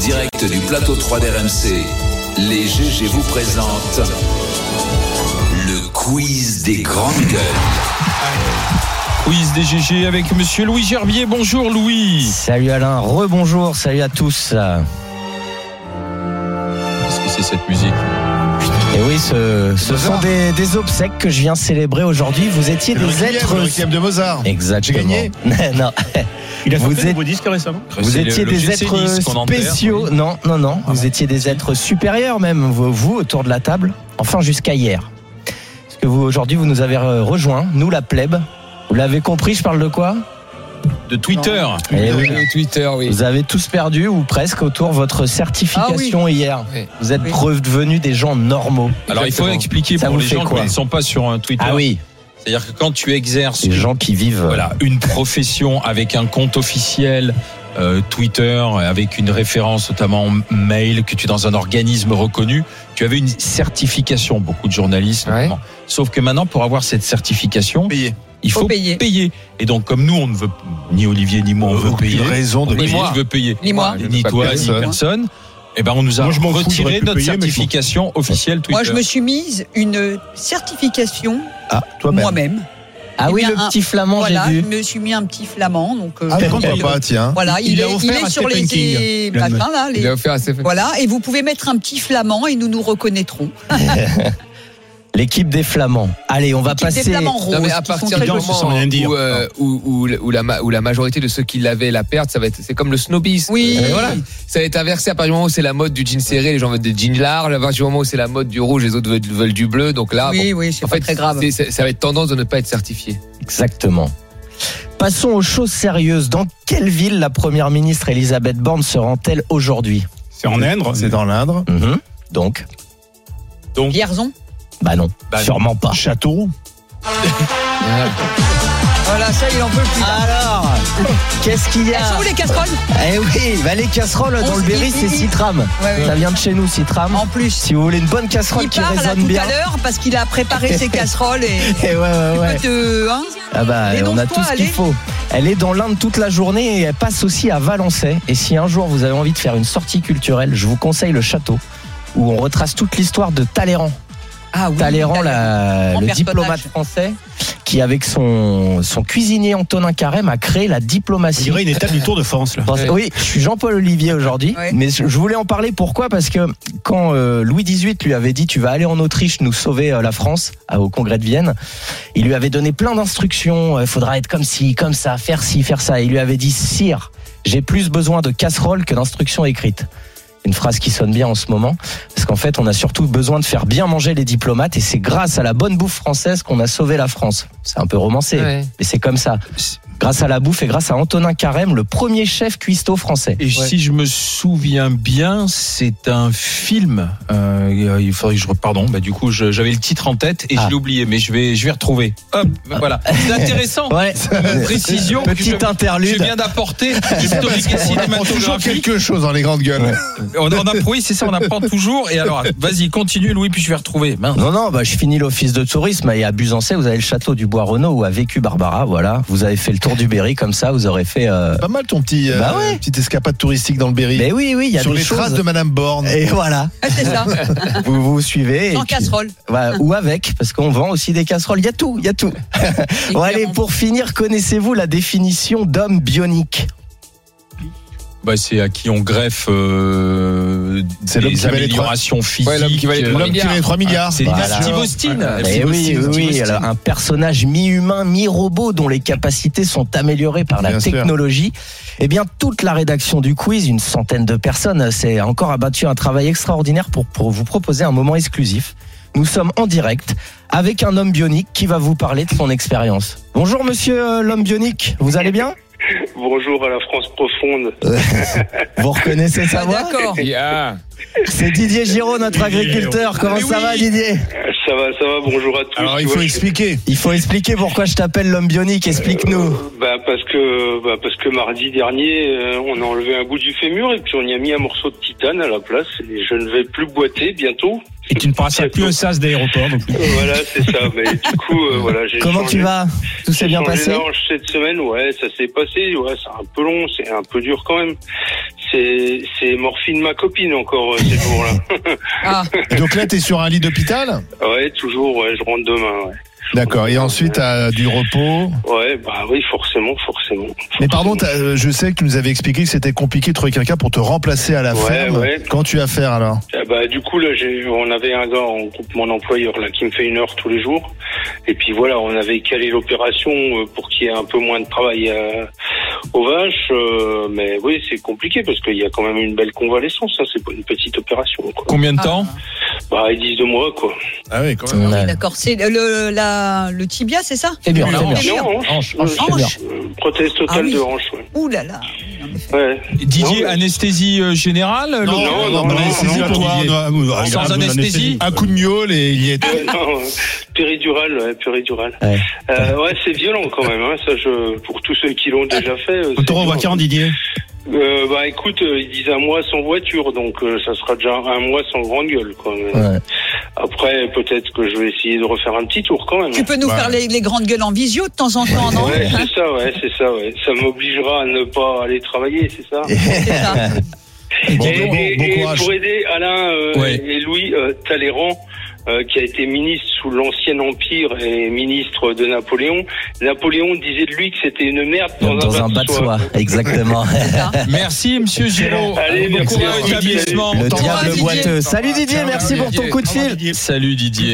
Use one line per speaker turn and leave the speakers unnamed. direct du plateau 3 d'RMC, les GG vous présentent le quiz des grandes gueules.
Quiz des GG avec Monsieur Louis Gerbier. Bonjour Louis.
Salut Alain, rebonjour, salut à tous.
Qu'est-ce que c'est cette musique
et oui, ce, ce sont des, des, obsèques que je viens célébrer aujourd'hui. Vous étiez
le
des
requiem,
êtres.
Le requiem de Mozart.
Exactement.
Gagné
non.
Il a vous fait êtes... nouveau disque récemment.
Vous étiez des êtres spéciaux. Oui. Non, non, non. Ah vous étiez des êtres supérieurs même, vous, vous autour de la table. Enfin, jusqu'à hier. Parce que vous, aujourd'hui, vous nous avez rejoints, nous, la plèbe. Vous l'avez compris, je parle de quoi
de Twitter.
Eh
Et oui.
De Twitter, oui.
Vous avez tous perdu ou presque autour de votre certification ah, oui. hier. Oui. Vous êtes redevenus des gens normaux.
Alors Exactement. il faut expliquer
Ça
pour les gens
quoi
qui ne sont pas sur un Twitter.
Ah oui.
C'est-à-dire que quand tu exerces
les gens qui vivent
voilà, une profession avec un compte officiel euh, Twitter avec une référence notamment mail que tu es dans un organisme reconnu, tu avais une certification beaucoup de journalistes.
Ouais.
Sauf que maintenant pour avoir cette certification,
payer
il faut, payer. payer. Et donc, comme nous, on ne veut ni Olivier ni moi, on, on veut payer.
Euh, raison de
ni
payer.
Moi. Veut payer.
Ni moi,
ni, ni toi, personne. ni personne. Eh ben, on nous a
moi, je
retiré
fous,
notre
payer,
certification
je
officielle Twitter.
Moi,
euh,
je me suis mise une certification
ah,
moi-même.
Ah oui, le
un,
petit flamand,
voilà,
j'ai vu.
Je me suis mis un petit flamand. Donc,
ah, euh, contre, papa, tiens.
Voilà, il, il, est, il est sur les, les matins, là. Les,
il a offert à Stephen.
Voilà, et vous pouvez mettre un petit flamand et nous nous reconnaîtrons.
L'équipe des Flamands. Allez, on va passer.
Des Flamands roses,
non, mais à partir du moment où, euh, où, où, où, la, où, la, majorité de ceux qui l'avaient la perte, ça va être, c'est comme le snobisme.
Oui.
Et voilà. Ça va être inversé. À partir du moment où c'est la mode du jean serré, les gens veulent des jeans larges. À partir du moment où c'est la mode du rouge, les autres veulent, veulent du bleu. Donc là,
oui,
Ah, bon,
oui, c'est
en
pas
fait,
très grave.
C'est, ça va être tendance de ne pas être certifié.
Exactement. Passons aux choses sérieuses. Dans quelle ville la première ministre Elisabeth Borne se rend-elle aujourd'hui
C'est en Indre. C'est dans l'Indre.
Mm-hmm. Donc.
Donc.
Vierzon.
Bah non, bah sûrement non. pas.
Château
Voilà, ça, il en peut plus.
Alors, qu'est-ce qu'il y a
Elles sont où Ah. les casseroles
Eh oui, bah les casseroles
On
dans le
se
Berry,
dit-
c'est Citram.
Ouais, ouais.
Ça vient de chez nous, Citram.
En plus.
Si vous voulez une bonne casserole
Il
qui
part là
résonne
tout
bien.
à l'heure parce qu'il a préparé ses casseroles et.
Eh ouais, ouais, ouais.
Écoute, euh, hein,
Ah bah, on a
dénonce-toi,
tout ce qu'il
allez.
faut. Elle est dans l'Inde toute la journée et elle passe aussi à Valençay. Et si un jour vous avez envie de faire une sortie culturelle, je vous conseille le château où on retrace toute l'histoire de Talleyrand.
Ah oui,
Talleyrand, la-
grand
le
personnage.
diplomate français, qui avec son, son cuisinier Antonin Carême a créé la
Il
diplomatie.
y aurait une étape du Tour de France, là.
Dans-
Ouais.
Oui, je suis Jean-Paul Olivier aujourd'hui,
Ouais.
mais je je voulais en parler pourquoi Parce que quand euh, Louis XVIII lui avait dit tu vas aller en Autriche nous sauver euh, la France à- au congrès de Vienne, il lui avait donné plein d'instructions, il faudra être comme ci, comme ça, faire ci, faire ça. Et il lui avait dit sire, j'ai plus besoin de casseroles que d'instructions écrites. Une phrase qui sonne bien en ce moment, parce qu'en fait, on a surtout besoin de faire bien manger les diplomates, et c'est grâce à la bonne bouffe française qu'on a sauvé la France. C'est un peu romancé,
Ouais.
mais c'est comme ça. Grâce à la bouffe et grâce à Antonin Carême, le premier chef cuistot français.
Et si je me souviens bien, c'est un film. Euh, il faudrait que je pardon. Bah du coup, je- j'avais le titre en tête et
Ah.
je l'ai oublié, mais je vais je vais retrouver. Hop, voilà. C'est intéressant.
Ouais.
Une précision. que
Petite
je-
interlude.
Je viens d'apporter historique et
On toujours
cinématographique.
quelque chose dans les grandes gueules.
On, on apprend, oui, c'est ça, on apprend toujours. Et alors, vas-y, continue, Louis, puis je vais retrouver. Mince.
Non, non, bah, je finis l'office de tourisme et à Buzancais, vous avez le château du Bois Renaud où a vécu Barbara. Voilà, vous avez fait le tour du Berry comme ça, vous aurez fait. euh,
Pas mal ton petit, euh,
Bah ouais.
petite escapade touristique dans le Berry.
Mais oui, oui, il y a
Sur
des
les
choses.
traces de Madame Borne.
Et voilà,
Ah, c'est ça,
vous vous suivez. et
sans
puis-
casserole.
Voilà, Bah, ou avec, parce qu'on vend aussi des casseroles. Il y a tout, il y a tout. Bon, allez,
Évidemment.
pour finir, connaissez-vous la définition d'homme bionique
Bah, c'est à qui on greffe euh,
C'est l'homme qui
des
valait trois-
améliorations physiques.
Ouais, l'homme qui valait trois
euh,
L'homme qui valait 3 milliards.
C'est
Voilà.
Steve Austin.
Ah,
Ouais.
Eh
Steve
oui,
Austin, Steve
oui, oui,
Austin.
alors, un personnage mi-humain, mi-robot dont les capacités sont améliorées par la
Bien sûr.
technologie. Eh bien, toute la rédaction du quiz, une centaine de personnes, s'est encore abattue un travail extraordinaire pour, pour vous proposer un moment exclusif. Nous sommes en direct avec un homme bionique qui va vous parler de son expérience. Bonjour monsieur euh, l'homme bionique, vous allez bien
Bonjour à la France profonde.
Vous reconnaissez sa
Ah,
voix
D'accord.
Yeah.
C'est Didier Ah, Giraud, notre agriculteur. Comment
Mais
ça
oui.
va Didier
Ça va, ça va, bonjour à tous.
Alors
Tu
il
vois,
faut
je-
expliquer.
Il faut expliquer pourquoi je t'appelle l'homme bionique, explique-nous.
Bah parce que bah parce que mardi dernier, euh, on a enlevé un bout du fémur et puis on y a mis un morceau de titane à la place. Et je ne vais plus boiter bientôt.
Et tu ne passeras plus un sas d'aéroport non plus.
Euh, voilà, c'est ça. Mais du coup, euh, voilà, j'ai
Comment
changé-
tu vas Tout s'est
j'ai
bien
changé
passé
d'ange cette semaine, ouais, ça s'est passé. Ouais, c'est un peu long, c'est un peu dur quand même. c'est c'est morphine ma copine encore euh, ces jours-là.
Ah,
Et donc là, t'es sur un lit d'hôpital
ouais, toujours, ouais, je rentre demain. Ouais,
D'accord. Et ensuite, t'as du repos.
ouais bah oui, forcément, forcément.
Mais pardon, t'as- euh, je sais que tu nous avais expliqué que c'était compliqué de trouver quelqu'un pour te remplacer à la
Ouais,
ferme.
ouais.
Quand tu vas faire alors
Ah bah, du coup, là, j'ai, on avait un gars en groupe, mon employeur, là, qui me fait une heure tous les jours. Et puis voilà, on avait calé l'opération euh, pour qu'il y ait un peu moins de travail euh, aux vaches. euh, mais oui, c'est compliqué parce qu'il y a quand même une belle convalescence. hein, c'est pas une petite opération. Quoi.
ah.
Combien de temps
Bah, ils disent de moi, quoi.
Ah oui, quand
Ouais.
d'accord. C'est le, le- la, le tibia, c'est ça
C'est dur,
La
c'est
hanche.
dur.
Merde.
Non, hein, hanche.
Hanche.
Hanche, c'est
Hanche.
dur.
Euh, prothèse totale
Ah oui.
de hanche. Ouais.
Ouh là là.
Ouais.
Didier,
Non, mais-
anesthésie euh, générale
Non,
l'autre
non, non, Ah,
non,
anesthésie
non,
pour
non,
Didier.
Sans
Sans
anesthésie.
anesthésie. Un coup de miaule et il y
Ah
est.
Ouais, non, euh, péridurale, ouais, péridurale.
Ouais.
Euh, ouais, c'est violent quand même. Hein, ça, je, pour tous ceux qui l'ont déjà fait. euh, c'est
On te revoit
violent.
quand, Didier
Euh, bah écoute, euh, ils disent un mois sans voiture, donc euh, ça sera déjà un mois sans grande gueule. Quoi. Mais
Ouais.
Après, peut-être que je vais essayer de refaire un petit tour quand même.
Tu peux nous
Ouais.
faire les, les grandes gueules en visio de temps en temps, non
Ouais, c'est ça, ouais, c'est ça, ouais. Ça m'obligera à ne pas aller travailler, c'est ça.
C'est ça.
Bon,
et,
bon,
et-
bon
et
courage.
pour aider Alain euh,
Ouais.
et Louis euh, Talleyrand, euh, qui a été ministre sous l'ancien empire et ministre de Napoléon, Napoléon disait de lui que c'était une merde dans,
Dans un bas de soie, exactement.
Merci, monsieur Giraud.
Allez,
Bon
merci,
courage,
Didier.
établissement.
Le
T'embrasses,
diable
Didier.
boiteux. Salut Didier, merci pour ton coup de fil.
Salut, Didier.